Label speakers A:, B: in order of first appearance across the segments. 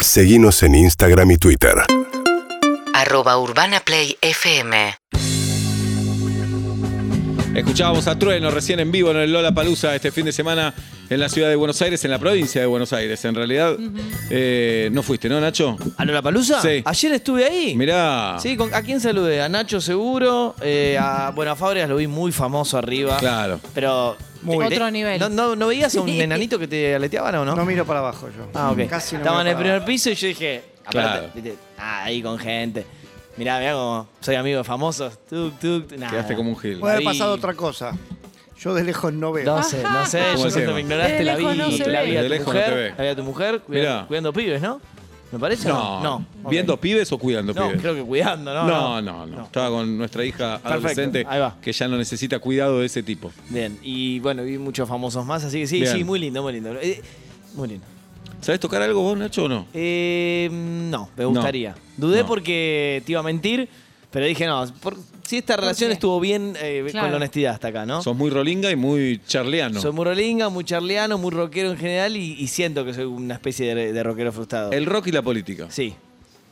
A: Seguimos en Instagram y Twitter.
B: Arroba Urbana Play FM.
C: Escuchábamos a Trueno recién en vivo en el Lola Palusa este fin de semana en la ciudad de Buenos Aires, en la provincia de Buenos Aires. En realidad, eh, no fuiste, ¿no, Nacho?
D: ¿A Lollapalooza?
C: Sí.
D: Ayer estuve ahí.
C: Mirá.
D: Sí, ¿con- ¿a quién saludé? A Nacho seguro, eh, a, bueno, a Fábregas lo vi muy famoso arriba.
C: Claro.
D: Pero...
E: Muy.
D: te-
E: Otro nivel.
D: Eh, ¿No, no, no veías a un enanito que te aleteaban o no?
E: No miro para abajo yo.
D: ah, ok.
E: Casi no
D: Estaba en
E: miro
D: el
E: para
D: primer piso y yo dije... aparte,
C: Claro.
D: viste, ah, ahí con gente. Mirá, mirá como soy amigo de famosos. Tuk, tuk, nada.
C: Quedaste como un gil.
E: abajo. Puede haber
D: Ahí.
E: pasado otra cosa. Yo de lejos no veo.
D: No sé, no sé,
C: ¿Cómo
D: yo
C: hacemos?
D: siento me ignoraste,
E: De
D: la vi,
E: lejos no se
D: la
E: ve.
D: vi a
C: De
D: tu
C: lejos no te ve.
D: mujer, la vi a tu mujer cuida-
C: Mirá.
D: cuidando pibes, ¿no? ¿Me parece? o
C: No.
D: No. Ok.
C: ¿Viendo pibes o cuidando
D: No,
C: pibes?
D: creo que cuidando, ¿no?
C: No, no, no, Estaba con nuestra hija adolescente
D: ahí va.
C: que ya no necesita cuidado de ese tipo.
D: Bien, y bueno, vi muchos famosos más, así que sí,
C: Bien.
D: sí, muy lindo, muy lindo. Eh, muy lindo.
C: ¿Sabés tocar algo vos, Nacho, o no?
D: Eh, no, me gustaría. Dudé
C: No.
D: porque te iba a mentir, pero dije, no, por- si esta relación
E: qué?
D: estuvo bien eh, con
E: Claro.
D: la honestidad hasta acá, ¿no?
C: Sos muy rolinga y muy charleano.
D: Soy muy rolinga, muy charleano, muy rockero en general y, y siento que soy una especie de, de rockero frustrado.
C: El rock y la política.
D: Sí.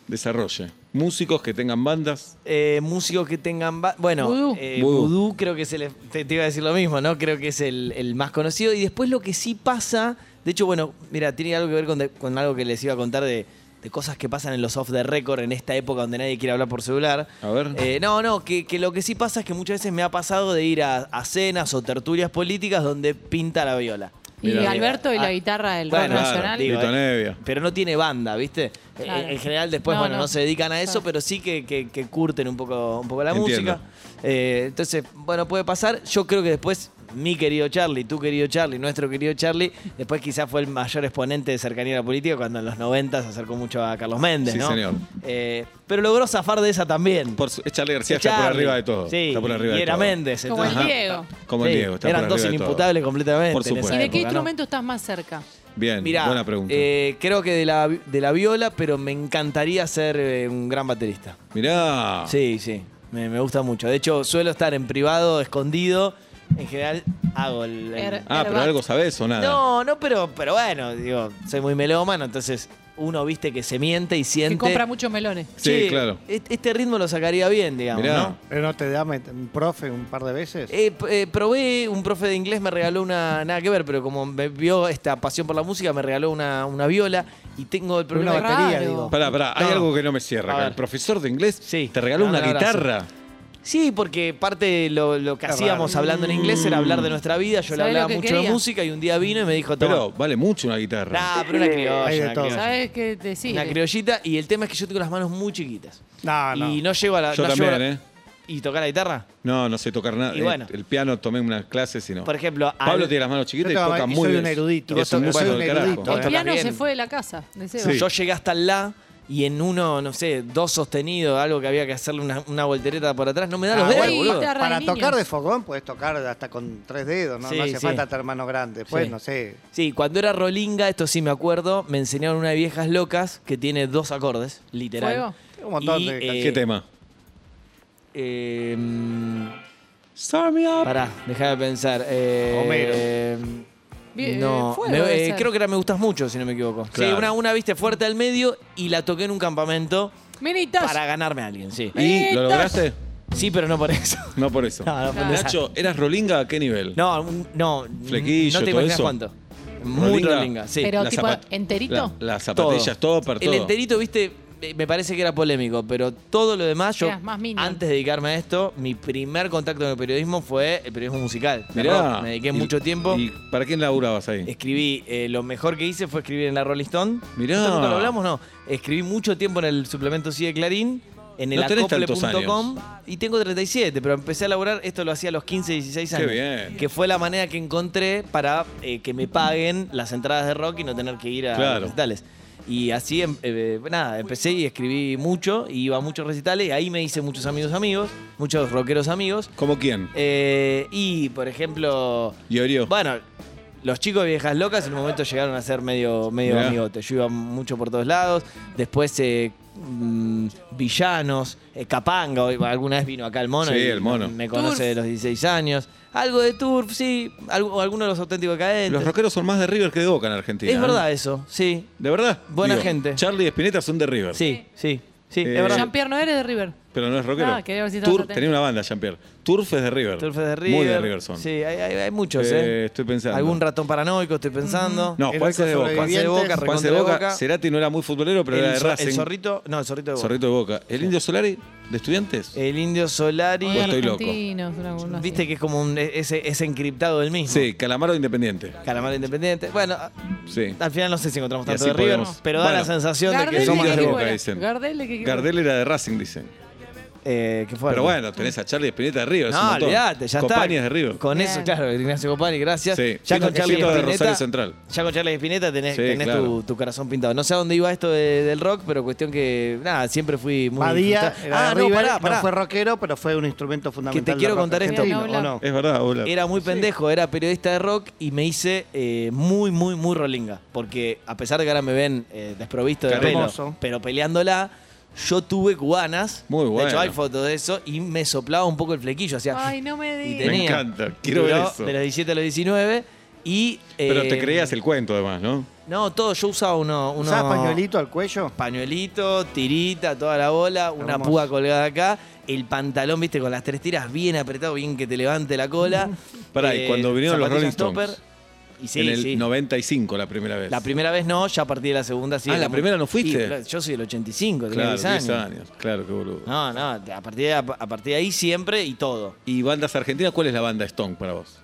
C: Desarrolle. Músicos que tengan bandas.
D: Eh, músicos que tengan. ba- Bueno,
E: Vudú.
D: eh,
C: Vudú.
D: Vudú creo que es el. Te, te iba a decir lo mismo, ¿no? Creo que es el, el más conocido. Y después lo que sí pasa. De hecho, bueno, mira, tiene algo que ver con, de- con algo que les iba a contar de, de cosas que pasan en los off the record en esta época donde nadie quiere hablar por celular.
C: A ver.
D: Eh, no, no, que, que lo que sí pasa es que muchas veces me ha pasado de ir a, a cenas o tertulias políticas donde pinta la viola.
E: Y
C: Mirá.
E: Alberto y
D: Ah,
E: la guitarra del
D: bueno,
E: Rock
C: claro,
E: Nacional.
D: digo,
C: Lito
D: eh,
C: Nevia.
D: Pero no tiene banda, ¿viste? Eh,
E: Claro.
D: En, en general después,
E: No,
D: bueno, no.
E: no.
D: se dedican a eso,
E: Claro.
D: pero sí que, que- que curten un poco, un poco la
C: Entiendo.
D: música. Eh, entonces, bueno, puede pasar. Yo creo que después, mi querido Charlie, tu querido Charlie, nuestro querido Charlie, después quizás fue el mayor exponente de cercanía a la política cuando en los 90 se acercó mucho a Carlos Méndez,
C: Sí,
D: ¿no?
C: señor.
D: Eh, pero logró zafar de esa también.
C: Por su- Charlie García
D: Es
C: está por
D: Charlie.
C: arriba de todo.
D: Sí,
C: está por arriba
D: y
C: de
D: era
C: todo.
D: Méndez.
E: Como el
D: entonces-
E: Diego.
C: Como el
D: Sí,
C: Diego. Está
D: Eran
C: por
D: dos
C: arriba de todo.
D: imputables completamente.
C: Por
D: en esa
C: supuesto.
E: ¿Y de qué
D: época, ¿no?
E: instrumento estás más cerca?
C: Bien,
D: Mirá,
C: buena pregunta.
D: eh, creo que de la, de la viola, pero me encantaría ser eh, un gran baterista.
C: Mirá.
D: Sí, sí, me, me gusta mucho. De hecho, suelo estar en privado, escondido. En general, hago el... el-
E: Er-
C: Ah, pero
E: Herbat.
C: algo sabés o nada.
D: No, no, pero, pero bueno, digo, soy muy melómano, entonces uno, viste, que se miente y siente...
E: Que compra muchos melones.
C: Sí,
D: Che,
C: claro.
D: est- Este ritmo lo sacaría bien, digamos,
C: Mirá.
D: ¿no?
E: ¿Pero no te da met- un profe un par de veces?
D: Eh, p- eh, probé, un profe de inglés me regaló una, nada que ver, pero como me vio esta pasión por la música, me regaló una, una viola y tengo el problema de-
E: batería,
D: Raro.
E: digo.
C: Pará, pará, hay
D: No.
C: algo que no me cierra.
D: A
C: acá.
D: ver.
C: El profesor de inglés
D: Sí.
C: te regaló
D: No,
C: una
D: no, no,
C: guitarra.
D: Sí, porque parte de lo, lo que
E: Qué
D: hacíamos
E: raro.
D: hablando en inglés era hablar de nuestra vida. Yo le
E: ¿Sabés lo
D: hablaba
E: que
D: mucho de
E: quería?
D: música y un día vino y me dijo,
C: Pero
D: Toma,
C: vale mucho una guitarra.
D: nah, pero una criolla.
E: Hay de
D: una
E: todo.
D: criolla".
E: ¿Sabes qué decir?
D: Una criollita y el tema es que yo tengo las manos muy chiquitas.
E: No, Ah, no.
D: Y no llego a la...
C: Yo
D: no llego
C: también,
D: a la-
C: ¿eh?
D: ¿Y tocar la guitarra?
C: No, no sé tocar nada.
D: Y
C: Eh,
D: bueno.
C: El piano tomé unas clases y no.
D: Por ejemplo, al-
C: Pablo tiene las manos
E: Yo
C: chiquitas y
E: estaba-
C: toca
E: y
C: muy
E: soy
C: bien.
E: un erudito,
C: Y es un
E: yo soy
C: músico
E: un
C: del carajo.
E: erudito.
D: Vos
E: El
D: tocas
E: piano
D: bien.
E: se fue de la casa, de Seba.
C: Sí.
D: Yo llegué hasta el la y en uno, no sé, dos sostenidos, algo que había que hacerle una, una voltereta por atrás, no me da los
E: Ah,
D: dedos,
E: bueno,
D: boludo.
E: guitarra.
D: Pa-
E: Para de tocar
D: niños.
E: de fogón puedes tocar hasta con tres dedos, no,
D: Sí,
E: No hace
D: sí.
E: falta tener mano grande. Pues
D: Sí.
E: no sé.
D: Sí, cuando era rolinga, esto sí me acuerdo, me enseñaron una de viejas locas que tiene dos acordes, literal.
E: Fuego. Un montón de canciones.
C: ¿Qué tema?
D: Eh, mm,
C: Start me up.
D: pará, déjame pensar. Eh,
E: Bien,
D: No,
E: fuego
D: me-
E: debe
D: eh,
E: ser.
D: creo que era Me Gustas Mucho, si no me equivoco.
C: Claro.
D: Sí, una, una viste fuerte al medio y la toqué en un campamento
E: Menitas.
D: para ganarme a alguien, sí.
C: ¿Y lo lograste?
D: Sí, pero no por eso.
C: No por eso.
D: No, no, por eso.
C: Nacho, ¿eras rolinga a qué nivel?
D: No, un- no.
C: Flequillo,
D: no te
C: todo
D: imaginas
C: eso.
D: cuánto. Muy
C: Rolinga.
D: rolinga, sí.
E: Pero
C: La
E: tipo,
C: zapat-
E: ¿enterito?
C: la- las zapatillas, todo, para todo.
D: El enterito, viste, eh, me parece que era polémico, pero todo lo demás, yo,
E: Eras más minion.
D: antes de dedicarme a esto, mi primer contacto con el periodismo fue el periodismo musical. de
C: Mirá.
D: rock. Me dediqué
C: ¿Y-
D: mucho tiempo.
C: ¿Y para quién laburabas ahí?
D: Escribí, eh, lo mejor que hice fue escribir en la Rolling Stone.
C: Mirá.
D: ¿Esto nunca lo hablamos? No. Escribí mucho tiempo en el suplemento Sí de Clarín, en el
C: No tenés tantos
D: acople.com y tengo 37, pero empecé a laburar, esto lo hacía a los 15, 16
C: Qué
D: años.
C: bien.
D: Que fue la manera que encontré para eh, que me paguen las entradas de rock y no tener que ir a
C: Claro.
D: los recitales. Y así, em- eh, nada, empecé y escribí mucho, y iba a muchos recitales, y ahí me hice muchos amigos amigos, muchos rockeros amigos.
C: ¿Cómo quién?
D: Eh, y, por ejemplo,
C: Iorio.
D: bueno, los chicos de Viejas Locas en un momento llegaron a ser medio, medio
C: Mirá.
D: amigote. Yo iba mucho por todos lados. Después eh, mm, villanos, eh, Capanga, hoy- alguna vez vino acá el mono.
C: Sí,
D: y
C: el mono.
D: Me conoce
F: Turf.
D: de los 16 años. Algo de Turf, sí, algo, alguno de los auténticos cadentes.
C: Los rockeros son más de River que de Boca en Argentina.
D: es
C: ¿eh?
D: verdad eso, sí.
C: ¿De verdad?
D: Buena gente.
C: Charlie y Spinetta son de River.
D: Sí, sí, sí,
C: Eh,
D: es verdad.
F: Jean-Pierre no eres de River.
C: Pero no es rockero.
F: Ah, quería ver si estabas
C: Turf,
F: atento.
C: tenía una banda, Jean-Pierre. Turf es de River.
D: Turf es de River.
C: Muy de River son.
D: Sí, hay, hay- hay muchos,
C: Eh,
D: ¿eh?
C: estoy pensando.
D: Algún ratón paranoico, estoy pensando.
C: No,
E: Eran
C: Juan es de Boca.
D: Juanse de Boca,
C: Juanse
E: sobrevivientes.
D: Recontra
C: de Boca.
D: Boca.
C: Cerati no era muy futbolero, pero era
D: el,
C: de
D: zo- el
C: Racing.
D: zorrito, no, el zorrito de Boca. Eh,
C: Zorrito de Boca. ¿El Indio Solari? ¿De estudiantes?
D: El indio Solari.
F: Hoy
C: estoy loco.
F: argentinos, una- una-
D: Viste que es como un, es, es encriptado del mismo.
C: Sí, Calamaro Independiente.
D: Calamar Independiente. Bueno, a-
C: Sí.
D: al final no sé si encontramos
C: Y
D: tanto
C: así
D: de River,
C: podemos.
D: pero da
C: Bueno,
D: la sensación de
F: Gardel,
D: que somos
C: Indios
F: ¿de
D: de
F: qué
C: Boca,
F: equipo
D: Boca.
F: era?
C: dicen.
F: Gardel, ¿de qué equipo
C: Gardel era de Racing, dicen.
D: Eh, qué fuerte.
C: Pero bueno, tenés a Charlie Espineta de Río.
D: No, olvidate, ya está.
C: Compañías de Río.
D: Con
F: Bien.
D: eso, claro, Ignacio Copani, gracias.
C: Sí,
D: Ya
C: Fito
D: con Charlie
C: Fito de
D: Spinetta-
C: Rosario Central.
D: Ya con Charlie Spinetta tenés,
C: Sí,
D: tenés
C: claro.
D: tu, tu corazón pintado. No sé a dónde iba esto de- del rock, pero cuestión que, nada, siempre fui muy...
E: Badía
D: frustra-
E: era
D: ah,
E: de River,
D: no, pará, pará.
E: no fue rockero, pero fue un instrumento fundamental. del
D: quiero
E: rock
D: contar esto.
E: argentino,
F: Hola,
E: ¿o
F: hola.
E: no?
C: Es verdad, hola.
D: Era muy pendejo, era periodista de rock y me hice eh, muy, muy, muy rolinga. Porque a pesar de que ahora me ven eh, desprovisto de
C: Careta.
D: pelo,
E: Hermoso.
D: pero peleándola, yo tuve cubanas.
C: Muy bueno.
D: De hecho, hay fotos de eso y me soplaba un poco el flequillo. Hacía.
F: Ay, no me
D: y
F: digas.
D: tenía.
C: Me encanta, quiero ver
D: Duró
C: eso.
D: De los 17 a los 19. Y.
C: Pero
D: eh,
C: te creías el cuento, además, ¿no?
D: No, todo. Yo usaba uno. uno
E: ¿Usabas pañuelito al cuello?
D: pañuelito, tirita, toda la bola, una
E: Hermoso.
D: púa colgada acá, el pantalón, viste, con las tres tiras bien apretado, bien que te levante la cola.
C: Pará, y cuando vinieron los
D: zapatillas
C: Rolling Stones,
D: y eh, sí,
C: en el
D: sí.
C: 95, la primera vez.
D: La primera vez no, ya a partir de la segunda sí.
C: Ah,
D: era
C: la
D: muy-
C: primera no fuiste.
D: Sí, claro, yo soy del 85, tenía
C: Claro,
D: 10 años.
C: 10 años. Claro, qué boludo.
D: No, no, a partir, de, a partir de ahí siempre y todo.
C: ¿Y bandas argentinas? ¿Cuál es la banda Stone para vos?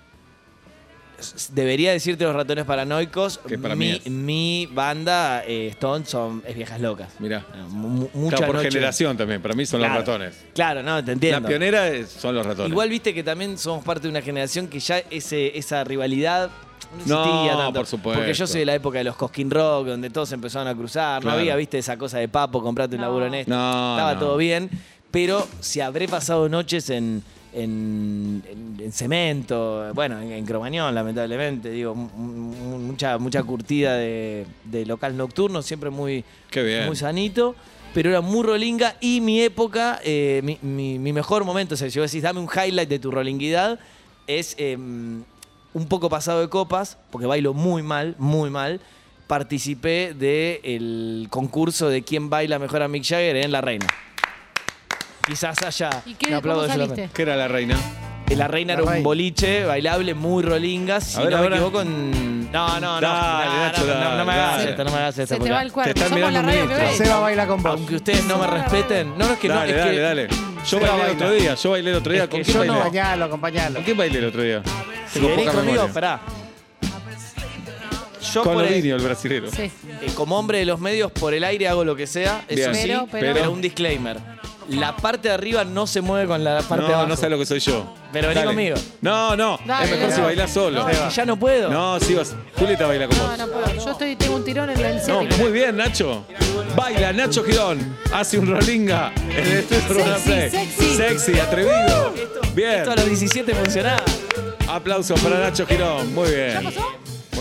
D: S- Debería decirte los ratones paranoicos,
C: Que para
D: mi,
C: mí es.
D: mi banda eh, Stone son es Viejas Locas.
C: Mirá.
D: No, mu- Ah, mucha
C: Claro, por
D: noche-
C: generación también. Para mí son
D: Claro,
C: los ratones.
D: Claro, no, te entiendo.
C: La pionera es- son los ratones.
D: Igual viste que también somos parte de una generación que ya ese, esa rivalidad no
C: No,
D: existía tanto.
C: por supuesto.
D: Porque yo soy de la época de los Cosquín Rock, donde todos empezaron a cruzar.
C: Claro.
D: No había, viste, esa cosa de papo, comprate un
F: No.
D: laburo en esto.
C: No,
D: Estaba
C: no.
D: todo bien. Pero si habré pasado noches en, en, en- en cemento, bueno, en, en Cromañón, lamentablemente, digo, m- m- mucha, mucha curtida de, de local nocturno, siempre muy,
C: Qué bien.
D: muy sanito, pero era muy rolinga y mi época, eh, mi, mi- mi mejor momento, o sea, si vos decís, dame un highlight de tu rolinguidad, es eh, un poco pasado de copas, porque bailo muy mal, muy mal. Participé del concurso de quién baila mejor a Mick Jagger en La Reina. Quizás haya
F: ¿Y qué,
D: un aplauso
F: cómo
D: de la-
F: saliste?
C: ¿Qué era la reina?
D: Eh, La Reina
E: La
D: era un
E: Reina.
D: boliche bailable muy rolinga, si
C: A ver,
D: no me
C: ahora.
D: equivoco, en... No, no, no,
C: Dale,
D: no,
C: Nacho,
D: no, no, no me
C: dale,
D: hagas
C: dale.
D: esto, no me hagas esto.
F: Se te
D: porque-
F: va el
C: Te
F: cuerpo.
C: están
F: Somos la
C: mirando
F: radio
C: un
F: que
C: ministro.
F: ves.
E: Seba baila con vos.
D: Aunque ustedes no me respeten. No, no es que
C: dale,
D: no. Es
C: dale,
D: que,
C: dale. Yo
E: Seba
C: bailé el
E: baila.
C: otro día. Yo bailé el otro día.
D: Es
C: ¿Con
D: que
C: quién
D: yo
C: bailé?
D: no-
E: Acompañalo, acompañalo.
C: ¿Con quién bailé el otro día?
D: Si
C: Tengo
D: venís
C: poca
D: conmigo,
C: memoria.
D: pará. Yo
C: Con
D: por el-
C: Lorinio, el brasilero.
F: Sí.
D: eh, como hombre de los medios, por el aire hago lo que sea. Eso
C: Bien.
D: sí,
F: Pero, pero-
D: pero, un disclaimer. La parte de arriba no se mueve con la parte de
C: No,
D: abajo.
C: no sabes lo que soy yo.
D: Pero vení
C: Dale.
D: conmigo.
C: No, no.
F: Dale,
C: es mejor
F: no.
C: si bailás solo.
F: No,
D: Es que ya no puedo.
C: No, sí vas. Julieta baila con
F: No,
C: vos.
F: no puedo. Yo estoy, tengo un tirón en el
C: No,
F: cielo.
C: muy bien, Nacho. Baila Nacho Girón. Hace un rolinga en el estudio de Urbana
F: Sexy,
C: Play.
F: sexy. Uh,
C: Sexy, atrevido. Bien.
D: Esto a los 17 funcionaba.
C: Aplausos para Nacho Girón. Muy bien. Muy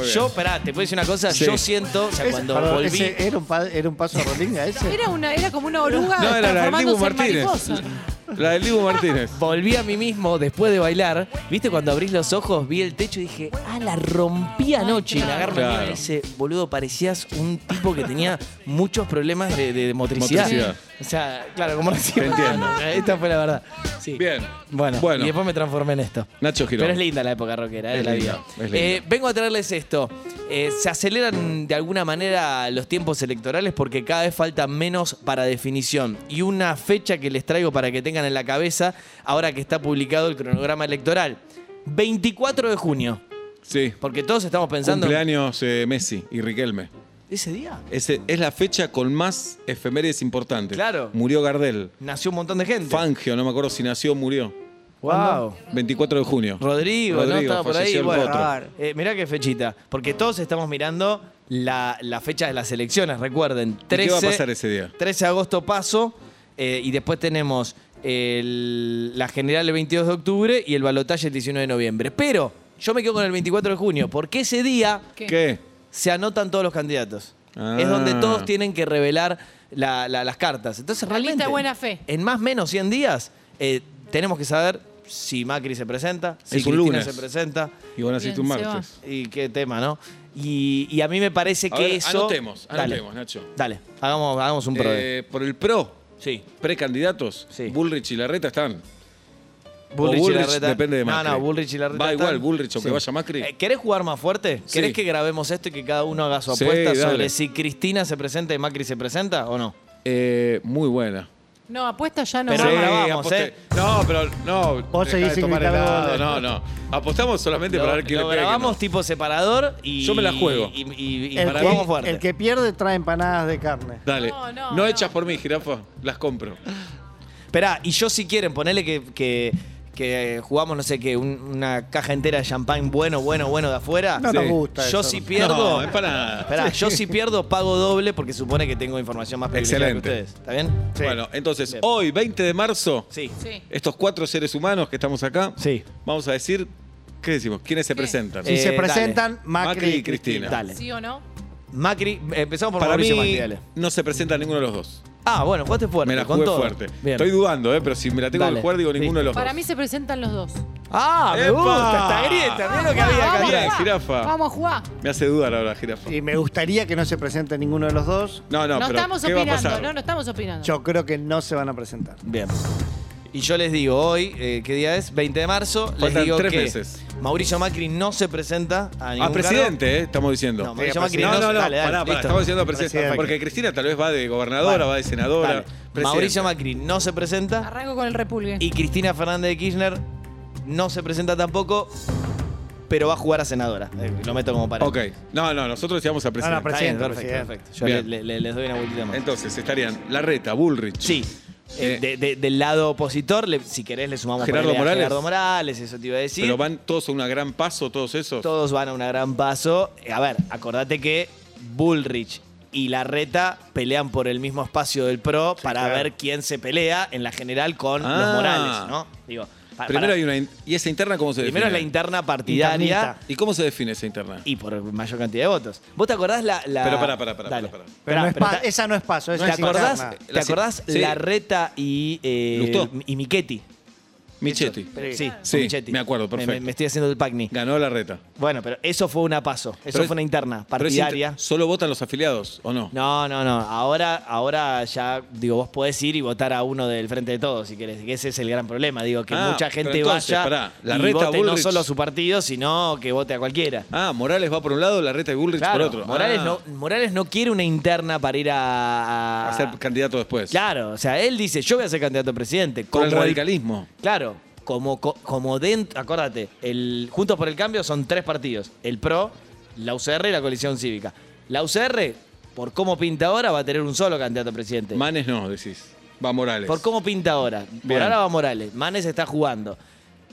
C: bien.
D: Yo, pará, te puedo decir una cosa.
C: Sí.
D: Yo siento, o sea,
E: Ese-
D: cuando
E: perdón,
D: volví.
E: ese era, un pa- ¿Era un paso rolinga ese?
F: Era, una, era como una oruga
C: No, era la del Dibu
F: transformándose en
C: Martínez.
F: mariposa.
C: La del Dibu Martínez.
D: Volví a mí mismo después de bailar. ¿Viste cuando abrís los ojos, vi el techo y dije, ah, la rompí anoche? Y me agarro
C: Claro.
D: y me dice, boludo, parecías un tipo que tenía muchos problemas de, de motricidad.
C: Motricidad.
D: O sea, claro, como
C: Te
D: recién.
C: entiendo.
D: Esta fue la verdad. Sí.
C: Bien.
D: Bueno,
C: Bueno.
D: y después me transformé en esto.
C: Nacho Girón.
D: Pero es linda la época rockera, eh,
C: Es
D: la
C: linda,
D: vida.
C: es linda.
D: Eh, vengo a traerles esto. Eh, se aceleran de alguna manera los tiempos electorales porque cada vez falta menos para definición. Y una fecha que les traigo para que tengan en la cabeza ahora que está publicado el cronograma electoral. 24 de junio.
C: Sí.
D: Porque todos estamos pensando...
C: Cumpleaños eh, Messi y Riquelme.
D: ¿Ese día?
C: Ese- es la fecha con más efemérides importantes.
D: Claro.
C: Murió Gardel.
D: Nació un montón de gente.
C: Fangio, no me acuerdo si nació o murió.
D: Wow.
C: 24 de junio.
D: Rodrigo, ¿no?
C: Rodrigo,
D: Estaba por ahí.
C: falleció el
D: Bueno,
C: potro.
D: claro. Eh, mirá qué fechita. Porque todos estamos mirando la, la fecha de las elecciones, recuerden.
C: ¿Y
D: 13,
C: ¿Qué va a pasar ese día?
D: 13 de agosto paso eh, y después tenemos el- la general el 22 de octubre y el balotaje el 19 de noviembre. Pero yo me quedo con el 24 de junio porque ese día
F: ¿Qué?
C: ¿Qué?
D: se anotan todos los candidatos.
C: Ah.
D: Es donde todos tienen que revelar la- la- las cartas. Entonces,
F: La lista
D: realmente.
F: de buena fe.
D: En más o menos 100 días, eh, tenemos que saber si Macri se presenta, si
C: Es un
D: Cristina
C: lunes.
D: se presenta.
C: Y bueno, así
F: Bien,
C: tú
F: se
C: martes.
D: Y qué tema, ¿no? Y, y a mí me parece
C: A
D: que
C: ver,
D: eso.
C: anotemos,
D: Dale.
C: anotemos, Nacho.
D: Dale, hagamos, hagamos un pro. de-
C: Eh, por el pro,
D: sí.
C: precandidatos,
D: Sí.
C: Bullrich y Larreta están.
D: Bullrich,
C: Bullrich,
D: y Larreta.
C: depende de Macri.
D: No, no, Bullrich y Larreta.
C: Va igual,
D: están-
C: Bullrich, aunque vaya Macri.
D: Eh, ¿Querés jugar más fuerte?
C: Sí.
D: ¿Querés que grabemos esto y que cada uno haga su
C: Sí,
D: apuesta
C: dale.
D: sobre si Cristina se presenta y Macri se presenta o no?
C: Eh, muy buena.
F: No, apuesta ya no
D: Pero
F: va.
D: no grabamos,
C: aposté-
D: ¿eh?
C: No, pero no.
E: Vos
C: dejá de
E: seguís sin
C: tomar
E: gritar
C: helado,
E: goles.
C: No, no. Apostamos solamente
D: Lo,
C: para ver quién
D: lo
C: le pega. y quién
D: grabamos tipo separador y.
C: Yo me la juego.
D: Y, y- y
E: El
C: para
E: que-
D: jugamos fuerte.
E: el que pierde trae empanadas de carne.
C: no. Dale. No,
F: No, no, no.
C: echas por mí, jirafa. Las compro.
D: Esperá, y yo si quieren, ponele que, que, que eh, jugamos, no sé qué, un- una caja entera de champán bueno, bueno, bueno de afuera.
E: No
C: Sí.
E: nos gusta
D: Yo
E: eso.
D: si pierdo.
C: No, es para nada.
D: Esperá, yo si pierdo pago doble porque supone que tengo información más privilegiada
C: Excelente.
D: que ustedes. ¿Está bien?
C: Bueno, entonces,
D: Bien.
C: hoy, 20 de marzo,
D: Sí.
F: Sí.
C: estos cuatro seres humanos que estamos acá,
D: Sí.
C: vamos a decir, ¿qué decimos? ¿Quiénes se presentan?
E: Si
D: Eh,
E: se
D: dale.
E: presentan, Macri,
C: Macri y
E: y Cristina.
C: Cristina.
D: Dale.
F: ¿Sí o no?
D: Macri, empezamos por
C: Para mí,
D: Mauricio Macri, dale.
C: no se presenta ninguno de los dos.
D: Ah, bueno, jugaste fuerte.
C: me la
D: con
C: jugué
D: todo.
C: fuerte.
D: Bien.
C: Estoy dudando, ¿eh? pero si me la tengo
D: Dale.
C: que jugar, digo ninguno de los
F: Para
C: dos.
F: mí se presentan los dos.
D: Ah, me
C: ¡Epa!
D: gusta esta grieta. Mira Ah, lo que había acá
F: Vamos,
C: Bien,
D: atrás.
F: vamos.
C: jirafa.
F: Vamos a jugar.
C: Me hace dudar ahora, jirafa.
E: Y me gustaría que no se presente ninguno de los dos.
C: No, no,
F: No,
C: pero
F: estamos
C: ¿qué va a
F: opinando,
C: pasar?
F: no, no estamos opinando.
E: Yo creo que no se van a presentar.
D: Bien. Y yo les digo hoy, eh, ¿qué día es? 20 de marzo. les
C: Faltan
D: digo
C: tres
D: que
C: meses.
D: Mauricio Macri no se presenta a ningún
C: A presidente, eh, estamos diciendo.
D: No,
C: No,
D: Mauricio
E: Sí, a
D: Macri
E: presidente.
C: no, no,
D: dale, dale,
C: pará, pará,
D: listo.
C: estamos diciendo presidente.
E: Presidente.
C: Porque Cristina tal vez va de gobernadora,
D: Bueno,
C: va de senadora.
D: dale.
C: presidente.
D: Mauricio Macri no se presenta
F: Arranco con el repulgue.
D: y Cristina Fernández de Kirchner no se presenta tampoco, pero va a jugar a senadora. Eh, Lo meto como para.
C: Ok, no, no, nosotros decíamos a presidente.
E: no,
D: Está bien, perfecto,
E: Presidente, presidente.
D: perfecto. Yo
C: Bien.
D: le- le- les doy una vueltita más.
C: Entonces estarían Larreta, Bullrich.
D: Sí. Eh,
C: Eh,
D: de- de- del lado opositor, le- si querés, le sumamos
C: Gerardo
D: ponele a
C: Morales.
D: Gerardo Morales, eso te iba a decir.
C: Pero van todos a una gran paso, todos esos.
D: Todos van a una gran paso. Eh, A ver, acordate que Bullrich y Larreta pelean por el mismo espacio del PRO para
E: claro.
D: ver quién se pelea en la general con
C: Ah.
D: los Morales, ¿no? Digo, pa-
C: primero
D: para-
C: hay una. in- ¿Y esa interna cómo se
D: primero
C: define?
D: es la interna partidaria
E: Internita.
C: ¿Y cómo se define esa interna?
D: y por mayor cantidad de votos. ¿Vos te acordás la. la-
C: Pero pará, pará, pará,
D: Dale.
C: pará, pará.
E: Pero, no es
D: Pará,
E: pa-
D: pero
E: esa no es paso, esa
D: ¿Te
E: es
D: acordás,
E: interna.
D: ¿te acordás
C: Sí.
D: Larreta y, eh,
C: Lustó.
D: y Michetti?
C: Michetti.
D: Pero-
E: Sí.
C: Sí,
D: sí, Michetti.
C: me acuerdo,
D: Me- Me,
C: perfecto.
D: me estoy haciendo el pacni.
C: Ganó Larreta.
D: Bueno, pero eso fue una paso. Eso
C: Pero es-
D: fue una interna
C: Pero es inter-
D: partidaria.
C: ¿Solo votan los afiliados o no?
D: No, no, no. Ahora, ahora ya, digo, vos podés ir y votar a uno del frente de todos, si querés. Que ese es el gran problema. Digo, que
C: Ah,
D: mucha
C: pero
D: gente
C: entonces,
D: vaya
C: pará,
D: y
C: Larreta,
D: vote no
C: Bullrich.
D: solo a su partido, sino que vote a cualquiera.
C: Ah, Morales va por un lado, Larreta y Bullrich
D: Claro,
C: por otro.
D: Morales,
C: Ah,
D: no, Morales no quiere una interna para ir a,
C: Va a ser candidato después.
D: Ah. Claro, o sea, él dice, yo voy a ser candidato a presidente.
C: Con el
D: Como el-
C: radicalismo.
D: Claro, como, co- como dentro, acuérdate, el Juntos por el Cambio son tres partidos, el PRO, la UCR y la coalición cívica. La UCR, por cómo pinta ahora, va a tener un solo candidato a presidente.
C: Manes no, decís. Va Morales.
D: por cómo pinta ahora.
C: Bien.
D: Por ahora va Morales, Manes está jugando.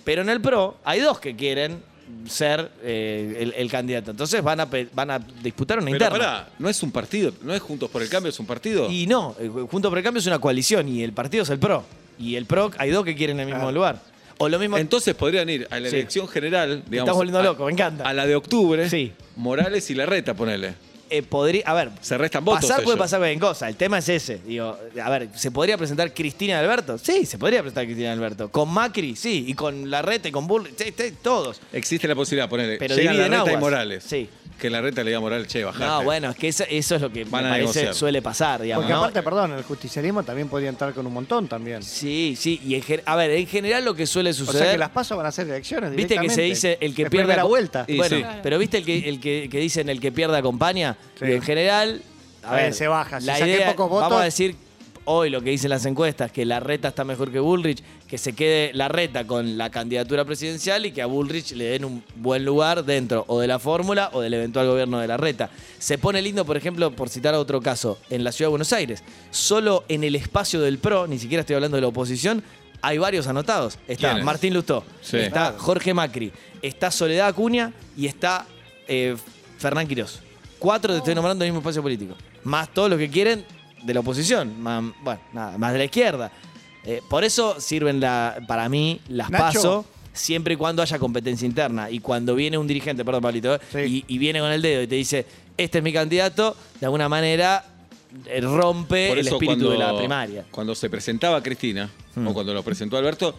D: Pero en el PRO hay dos que quieren ser eh, el, el candidato. Entonces van a, pe- van a disputar una
C: Pero
D: interna.
C: pará, no es un partido, no es Juntos por el Cambio, es un partido.
D: Y no, eh, Juntos por el Cambio es una coalición y el partido es el PRO. Y el PRO hay dos que quieren el mismo lugar. O lo mismo...
C: Ah. Entonces podrían ir a la
D: Sí.
C: elección general, digamos.
D: estás volviendo
C: a-
D: loco, me encanta.
C: A la de octubre,
D: Sí.
C: Morales y Larreta, ponele.
D: eh, podría, a ver,
C: Se restan votos.
D: Pasar puede
C: ellos.
D: pasar cualquier cosa. El tema es ese. Digo, a ver, ¿se podría presentar Cristina Alberto? Sí, se podría presentar Cristina Alberto. Con Macri, sí. Y con Larreta y con Bull, sí, sí, todos.
C: Existe la posibilidad, ponele.
D: Pero
C: Llega
D: dividen
C: Larreta y
D: aguas.
C: Morales.
D: Sí.
C: Que Larreta le diga a Morales, che, bajate.
D: No, bueno, es que eso, eso es lo que
C: Van
D: me
C: a
D: parece
C: negociar.
D: suele pasar, digamos.
E: Porque
D: ¿no?
E: aparte, perdón, el justicialismo también podía entrar con un montón también.
D: Sí, sí. Y en gen- a ver, en general lo que suele
E: O
D: suceder.
E: sea que las pasos van a ser elecciones.
D: Viste que se
E: directamente.
D: dice el que
E: Es
D: pierda
E: primera
D: ac-
E: vuelta.
C: Y
D: bueno,
C: sí.
D: pero viste el que, el que, que dicen el que pierda acompaña.
E: Sí.
D: Y en general, a
E: A ver,
D: ver,
E: se baja. Si
D: la
E: saqué
D: idea-
E: pocos votos-
D: Vamos a decir hoy lo que dicen las encuestas, que la reta está mejor que Bullrich, que se quede la reta con la candidatura presidencial y que a Bullrich le den un buen lugar dentro o de la fórmula o del eventual gobierno de la reta. Se pone lindo, por ejemplo, por citar otro caso, en la ciudad de Buenos Aires, solo en el espacio del PRO, ni siquiera estoy hablando de la oposición, hay varios anotados. Está
C: ¿Quiénes?
D: Martín Lustó,
C: Sí.
D: está Jorge Macri, está Soledad Acuña y está eh, Fernán Quirós. Cuatro te estoy nombrando del mismo espacio político. Más todos los que quieren de la oposición. Más, bueno, nada, más de la izquierda. Eh, por eso sirven la, para mí las
E: Nacho.
D: paso siempre y cuando haya competencia interna. Y cuando viene un dirigente, perdón, Pablito, eh,
E: Sí.
D: y, y viene con el dedo y te dice, este es mi candidato, de alguna manera eh, rompe
C: Por
D: el
C: eso
D: espíritu
C: cuando,
D: de la primaria. Hmm.
C: Cuando se presentaba Cristina, o cuando lo presentó Alberto,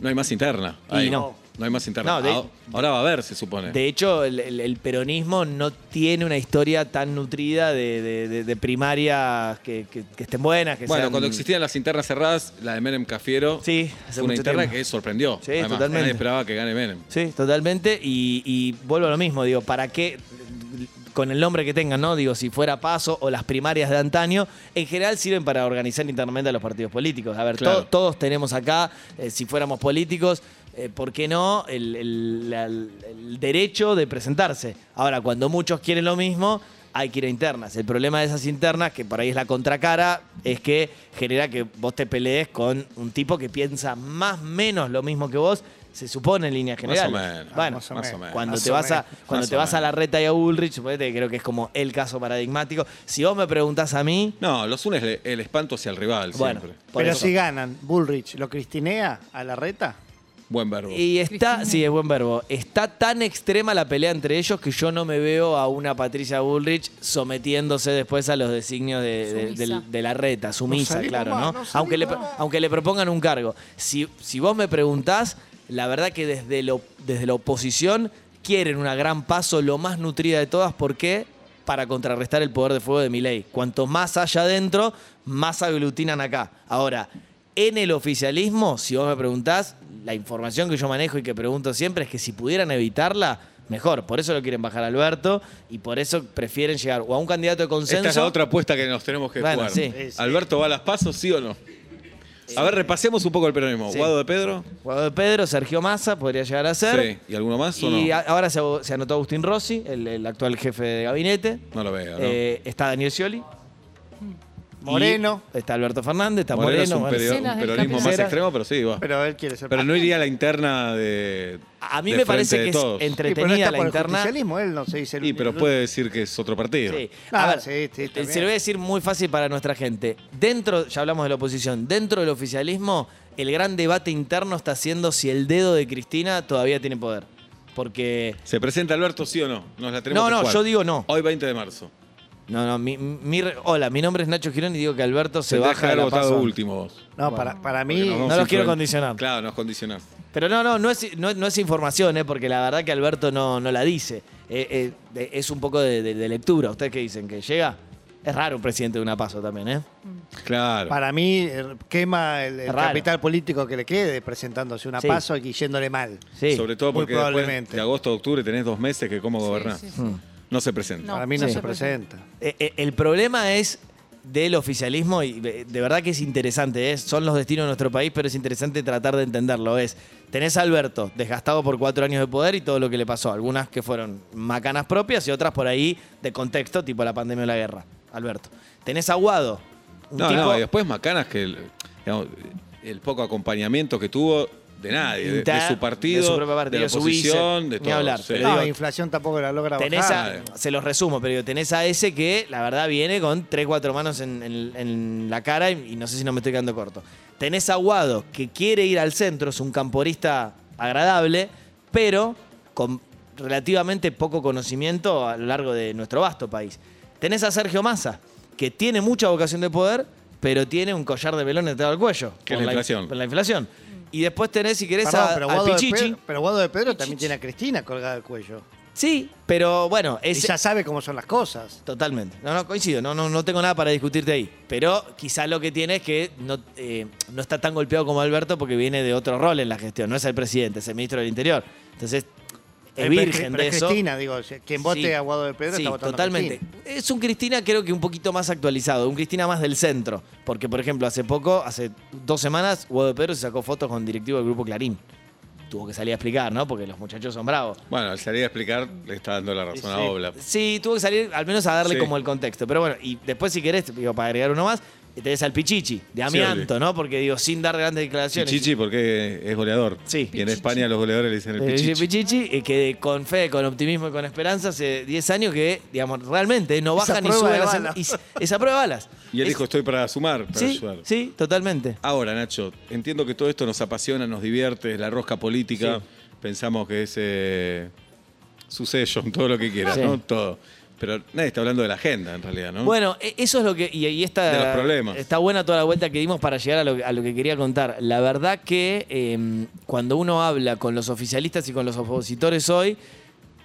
C: no hay más interna.
D: Y
C: ahí.
D: no.
C: No hay más interna.
D: No, de-
C: Ah, Ahora va a haber, se supone.
D: De hecho, el, el- el peronismo no tiene una historia tan nutrida de, de- de- de primarias que, que- que estén buenas. Que
C: bueno,
D: sean-
C: cuando existían las internas cerradas, la de Menem Cafiero
D: Sí, hace
C: fue una
D: mucho
C: interna
D: tiempo.
C: que sorprendió.
D: Sí,
C: Además,
D: totalmente.
C: Nadie esperaba que gane Menem.
D: Sí, totalmente. Y, y vuelvo a lo mismo, digo, ¿para qué? Con el nombre que tengan, ¿no? Digo, si fuera Paso o las primarias de antaño, en general sirven para organizar internamente a los partidos políticos. A ver, to-
C: Claro.
D: todos tenemos acá, eh, si fuéramos políticos, eh, ¿por qué no? El, el- la- el derecho de presentarse. Ahora, cuando muchos quieren lo mismo, hay que ir a internas. El problema de esas internas, que por ahí es la contracara, es que genera que vos te pelees con un tipo que piensa más o menos lo mismo que vos, se supone en líneas
C: Más o
D: generales.
C: menos.
D: Bueno,
E: Más o
C: Más o menos.
E: menos.
D: cuando
E: Más
D: te
E: o
D: vas a
E: menos.
D: cuando
C: Más
D: te
C: o
D: vas a
C: menos.
D: la reta y a Ulrich, suponete que creo que es como el caso paradigmático. Si vos me preguntás a mí,
C: No, los une el, el espanto hacia el rival
D: bueno,
C: siempre.
D: por
E: Pero
D: eso.
E: si ganan, Bullrich, ¿lo cristinea a la reta?
C: Buen verbo.
D: Y está, sí, es buen verbo. Está tan extrema la pelea entre ellos que yo no me veo a una Patricia Bullrich sometiéndose después a los designios de, de-
F: Sumisa.
D: del- de la reta, sumisa,
E: salimos
D: claro,
E: más,
D: ¿no?
E: no salimos
D: aunque, le, pro-
E: más.
D: aunque le propongan un cargo. Si, si vos me preguntás, la verdad que desde, lo, desde la oposición quieren una gran paso, lo más nutrida de todas, ¿por qué? Para contrarrestar el poder de fuego de Milei. Cuanto más haya adentro, más aglutinan acá. Ahora, en el oficialismo, si vos me preguntás, la información que yo manejo y que pregunto siempre es que si pudieran evitarla, mejor. Por eso lo quieren bajar a Alberto y por eso prefieren llegar o a un candidato de consenso.
C: Esta es la otra apuesta que nos tenemos que
D: Bueno,
C: jugar.
D: sí.
E: Sí, sí.
C: ¿Alberto va a las pasos, sí o no? A ver, repasemos un poco el peronismo.
D: Sí.
C: Guado de Pedro.
D: Guado de Pedro, Sergio Massa podría llegar a ser.
C: Sí. ¿Y alguno más o
D: Y
C: no?
D: a- ahora se, se anotó Agustín Rossi, el, el actual jefe de gabinete.
C: No lo veo, ¿no?
D: Eh, está Daniel Scioli.
E: Moreno.
D: Y Está Alberto Fernández, está
C: Moreno
D: Moreno.
C: es un,
D: bueno,
C: perio-
D: sí.
C: un
F: Cenas del
C: peronismo más
D: campeonato.
C: extremo, pero sí, va. Pero,
E: Pero él quiere ser.
C: no iría a la interna de.
D: A mí
C: de
D: me
C: frente
D: parece
C: de
D: que es
C: todos.
E: Sí, pero
D: entretenida
E: no está
D: la
E: por el
D: interna.
E: justicialismo, él no se dice el
C: Y, pero puede decir que es otro partido.
D: Sí.
E: Ah,
D: A ver,
E: sí, sí, está
D: eh,
E: bien.
D: se lo voy a decir muy fácil para nuestra gente. Dentro, ya hablamos de la oposición, dentro del oficialismo, el gran debate interno está siendo si el dedo de Cristina todavía tiene poder. Porque.
C: ¿Se presenta Alberto, sí o no? Nos la tenemos
D: No,
C: que
D: no,
C: jugar.
D: yo digo no.
C: Hoy, 20 de marzo.
D: No, no, mi, mi- hola, mi nombre es Nacho Girón y digo que Alberto se,
C: Se
D: baja
C: baja
D: de
C: haber
D: la
C: votado
D: PASO.
C: último vos.
E: No,
D: Bueno.
E: para, para
C: Porque
E: mí.
C: nos vamos
D: No los quiero
C: influen-
D: condicionar.
C: Claro, nos condicionás.
D: Pero no, no, no es, no, es- no es información, ¿eh? porque la verdad que Alberto no, no la dice. Eh, eh, de- es un poco de, de- de lectura. ¿Ustedes qué dicen? ¿Que llega? Es raro un presidente de una paso también, ¿eh?
C: Claro.
E: Para mí eh, quema el, el
D: Raro.
E: capital político que le quede presentándose una
D: Sí.
E: paso y yéndole mal.
D: Sí.
C: Sobre todo
E: Muy
C: porque después
E: probablemente. Mm.
C: de agosto a octubre tenés dos meses que cómo gobernás.
F: sí, sí.
C: No se presenta.
F: No.
E: Para mí no
D: Sí.
E: se presenta.
D: Eh, eh, el problema es del oficialismo y de de verdad que es interesante, ¿eh? son los destinos de nuestro país, pero es interesante tratar de entenderlo. Es, tenés a Alberto desgastado por cuatro años de poder y todo lo que le pasó, algunas que fueron macanas propias y otras por ahí de contexto, tipo la pandemia o la guerra, Alberto. Tenés a Guado, un
C: No,
D: tipo
C: no, y después Macanas que el, digamos, el poco acompañamiento que tuvo de nadie, de,
D: Inter-
C: de su partido,
D: de su propio partido,
C: de la
D: su vice,
C: oposición, de
D: ni
C: todo.
D: hablar,
C: sí.
D: pero
E: No,
D: digo-
E: inflación tampoco la logra
D: Tenés
E: bajar.
D: a, se los resumo, pero digo, tenés a ese que la verdad viene con tres, cuatro manos en, en- en la cara y, y no sé si no me estoy quedando corto. Tenés a Guado que quiere ir al centro, es un camporista agradable, pero con relativamente poco conocimiento a lo largo de nuestro vasto país. Tenés a Sergio Massa, que tiene mucha vocación de poder, pero tiene un collar de velón atado al cuello.
C: Que es
D: por
C: la inflación.
D: por la inflación. Y después tenés, si querés,
E: Perdón,
D: a-
E: pero,
D: al
E: Guado de
D: Pichichi.
E: Pedro, pero Guado de Pedro también tiene a Cristina colgada al cuello.
D: Sí, pero bueno,
E: Y
D: es,
E: ya sabe cómo son las cosas.
D: Totalmente. No, no, coincido. No, no, no tengo nada para discutirte ahí. Pero quizás lo que tiene es que no, eh, no está tan golpeado como Alberto porque viene de otro rol en la gestión. No es el presidente, es el ministro del Interior. Entonces, es
E: Eh, Pero
D: virgen
E: pero
D: de
E: es
D: eso.
E: Cristina, digo, si- quien vote
D: Sí.
E: a Guado de Pedro
D: Sí,
E: está votando a
D: totalmente.
E: Cristina.
D: Es un Cristina creo que un poquito más actualizado, un Cristina más del centro. Porque, por ejemplo, hace poco, hace dos semanas, Guado Pedro se sacó fotos con directivo del Grupo Clarín. Tuvo que salir a explicar, ¿no? Porque los muchachos son bravos.
C: Bueno, al salir a explicar le está dando la razón a
E: Sí.
C: Obla.
D: Sí, tuvo que salir al menos a darle
C: Sí.
D: como el contexto. Pero bueno, y después si querés, digo, para agregar uno más, tenés al Pichichi, de amianto, ¿no? Porque digo, sin dar grandes declaraciones.
C: Pichichi porque es goleador.
D: Sí.
C: Y en España los goleadores le dicen el
D: Eh,
C: Pichichi.
D: Pichichi, eh, que con fe, con optimismo y con esperanza, hace 10 años que, digamos, realmente eh, no
E: Esa
D: baja ni
E: prueba
D: sube
E: de
D: las-
E: bala.
D: y s- esa prueba de balas.
C: Y él
D: Es-
C: dijo, estoy para sumar, para
D: sí,
C: ayudar.
D: sí, totalmente.
C: Ahora, Nacho, entiendo que todo esto nos apasiona, nos divierte, es la rosca política. Pensamos que es eh, su sello, todo lo que quieras,
D: Sí.
C: ¿no? Todo. Pero nadie está hablando de la agenda, en realidad, ¿no?
D: Bueno, e- eso es lo que. Y, y esta,
C: De los problemas.
D: Está buena toda la vuelta que dimos para llegar a lo, a lo que quería contar. La verdad que eh, cuando uno habla con los oficialistas y con los opositores hoy,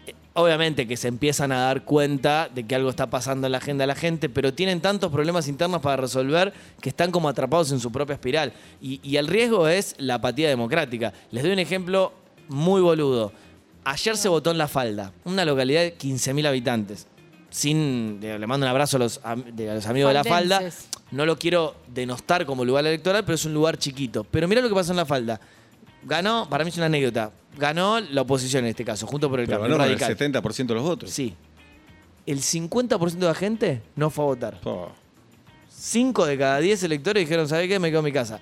D: eh, obviamente que se empiezan a dar cuenta de que algo está pasando en la agenda de la gente, pero tienen tantos problemas internos para resolver que están como atrapados en su propia espiral. Y, y el riesgo es la apatía democrática. Les doy un ejemplo muy boludo. Ayer se votó en La Falda, una localidad de 15.000 habitantes sin le le mando un abrazo a los, am- de- a los amigos de la falda.
F: Faldenses.
D: No lo quiero denostar como lugar electoral, pero es un lugar chiquito. Pero mira lo que pasó en la falda. Ganó, para mí es una anécdota, ganó la oposición en este caso, junto por el
C: pero
D: cambio
C: ganó con el
D: radical.
C: 70% de los votos.
D: Sí. El 50% de la gente no fue a votar.
C: Po.
D: 5 de cada 10 electores dijeron, ¿sabes qué? Me quedo en mi casa.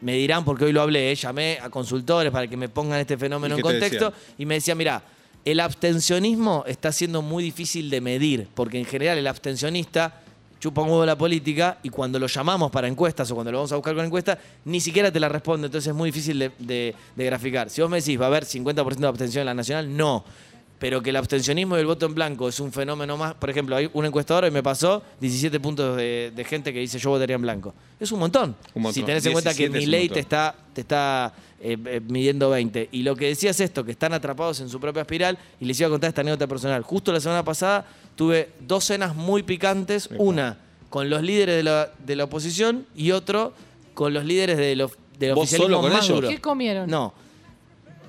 D: Me dirán, porque hoy lo hablé, ¿eh? llamé a consultores para que me pongan este fenómeno
C: ¿Y
D: en
C: qué te
D: contexto
C: decían?
D: y me decían, mira, el abstencionismo está siendo muy difícil de medir, porque en general el abstencionista chupa un huevo la política y cuando lo llamamos para encuestas o cuando lo vamos a buscar con encuestas, ni siquiera te la responde, entonces es muy difícil de, de- de graficar. Si vos me decís, va a haber 50% de abstención en la nacional, no. Pero que el abstencionismo y el voto en blanco es un fenómeno más. Por ejemplo, hay un encuestador y me pasó 17 puntos de, de gente que dice yo votaría en blanco. Es un montón.
C: Un montón.
D: Si tenés en cuenta que
C: 17 es
D: mi
C: un
D: ley
C: montón.
D: te está, te está eh, eh, midiendo 20. Y lo que decías es esto, que están atrapados en su propia espiral. Y les iba a contar esta anécdota personal. Justo la semana pasada tuve dos cenas muy picantes. Una con los líderes de la, de la oposición y otro con los líderes de los del
C: ¿Vos solo
D: oficialismo
C: con
D: más
C: ellos?
D: duro.
F: ¿Qué comieron?
D: No,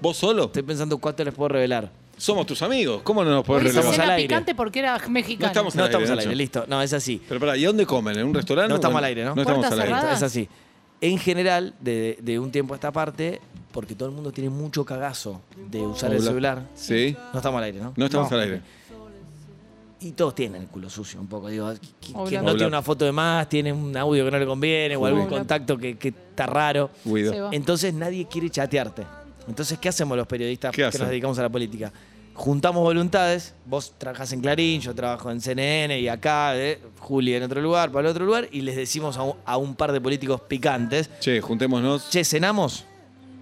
C: ¿Vos solo?
D: estoy pensando cuánto les puedo revelar.
C: Somos tus amigos. ¿Cómo no nos
F: Por
C: podés
F: esa
D: estamos
C: relevar?
D: al
F: cena
D: aire.
F: picante porque era mexicano.
C: estamos-
D: No
C: al aire,
D: estamos al aire,
C: Nacho.
D: listo. No, es así.
C: Pero pará, ¿y dónde comen? ¿En un restaurante?
D: No
C: o
D: estamos
C: en-
D: al aire, ¿no?
C: No estamos
F: ¿Puertas
C: al aire.
F: cerradas?
D: Es así. En general, de, de un tiempo a esta parte, porque todo el mundo tiene mucho cagazo de usar el
C: Hola.
D: celular.
C: Sí.
D: No estamos al aire, ¿no?
C: No estamos al aire.
D: Y todos tienen el culo sucio un poco. Digo, qui-
F: Hola.
D: quien no
F: Hola.
D: tiene una foto de más, tiene un audio que no le conviene o algún
F: Hola.
D: contacto que, que está raro.
F: Se
C: Guido.
F: va.
D: Entonces nadie quiere chatearte. Entonces, ¿qué hacemos los periodistas
C: ¿Qué
D: que
C: hacen?
D: nos dedicamos a la política? Juntamos voluntades, vos trabajás en Clarín, yo trabajo en CNN y acá, eh, Juli en otro lugar, para otro lugar, y les decimos a un, a un par de políticos picantes,
C: Che, juntémonos.
D: che, cenamos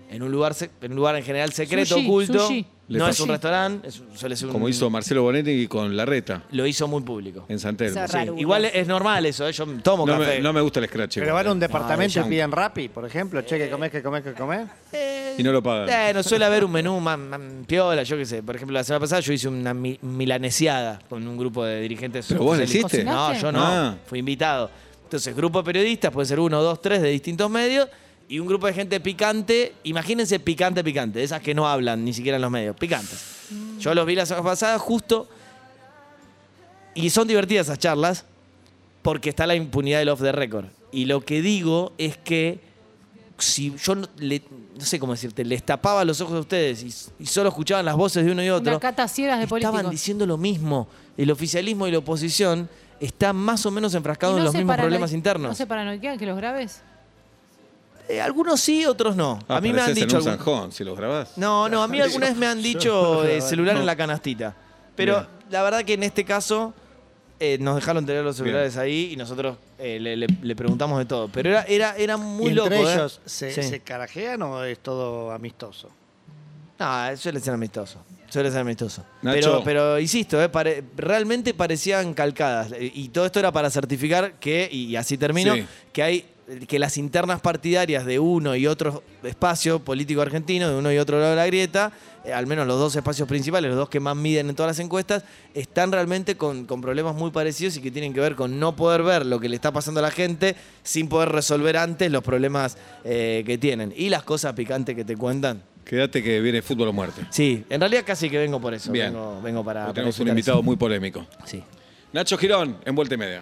D: en un lugar, se- en un lugar en general secreto,
F: Sushi,
D: oculto,
F: sushi.
C: Le
D: no es
C: pasó-
D: un restaurante, es- suele ser un-
C: Como hizo Marcelo Bonetti con Larreta
D: lo hizo muy público.
C: en Santelmo.
D: Sí, Igual es normal eso, eh, yo tomo
C: No
D: café.
C: me, no me gusta el scratch.
E: Pero
C: igual. eh.
E: van a un departamento
D: ya.
E: y piden rapi, por ejemplo. Che, que comés, que comés, que comés.
C: Y no lo pagan.
D: Eh, no suele haber un menú más, más piola, yo qué sé. Por ejemplo, la semana pasada yo hice una mi- milanesiada con un grupo de dirigentes.
C: ¿Pero vos la
D: socialistas.
C: hiciste?
D: No, yo no.
C: Ah.
D: Fui invitado. Entonces, grupo de periodistas, puede ser uno, dos, tres de distintos medios. Y un grupo de gente picante, imagínense picante, picante, de esas que no hablan ni siquiera en los medios, picantes. Yo los vi la semana pasada justo y son divertidas esas charlas porque está la impunidad del off the record. Y lo que digo es que si yo no, le- no sé cómo decirte, les tapaba los ojos a ustedes y, s- y solo escuchaban las voces de uno y otro,
F: Una cata ciegas de
D: estaban
F: políticos.
D: diciendo lo mismo. El oficialismo y la oposición están más o menos enfrascados
F: Y
D: en los
F: se
D: mismos
F: parano-
D: problemas internos.
F: ¿No se paranoiquean que los grabes?
D: Eh, algunos sí, otros no.
C: Ah,
D: a mí me han
C: pareces en
D: dicho...
C: un
D: algún-
C: zanjón, si los grabás.
D: No, no, a mí alguna vez me han dicho eh, celular en la canastita. Pero
C: Bien.
D: la verdad que en este caso eh, nos dejaron tener los celulares ahí y nosotros eh, le, le- le preguntamos de todo. Pero era, era, era muy
E: Y
D: loco.
E: entre
D: ¿eh?
E: ellos, ¿se,
D: Sí.
E: ¿se carajean o es todo amistoso?
D: No, suele ser amistoso. Suele ser amistoso.
C: Nacho.
D: Pero, pero insisto, eh, pare- realmente parecían calcadas. Eh, Y todo esto era para certificar que, y así termino,
C: Sí.
D: que hay que las internas partidarias de uno y otro espacio político argentino, de uno y otro lado de la grieta, eh, al menos los dos espacios principales, los dos que más miden en todas las encuestas, están realmente con, con problemas muy parecidos y que tienen que ver con no poder ver lo que le está pasando a la gente sin poder resolver antes los problemas eh, que tienen. Y las cosas picantes que te cuentan.
C: Quédate que viene fútbol o muerte.
D: Sí, en realidad casi que vengo por eso.
C: Bien.
D: Vengo, vengo para.
C: Porque
D: para
C: tenemos un
D: disfrutar
C: invitado muy polémico.
D: eso. Sí.
C: Nacho Girón, en vuelta y media.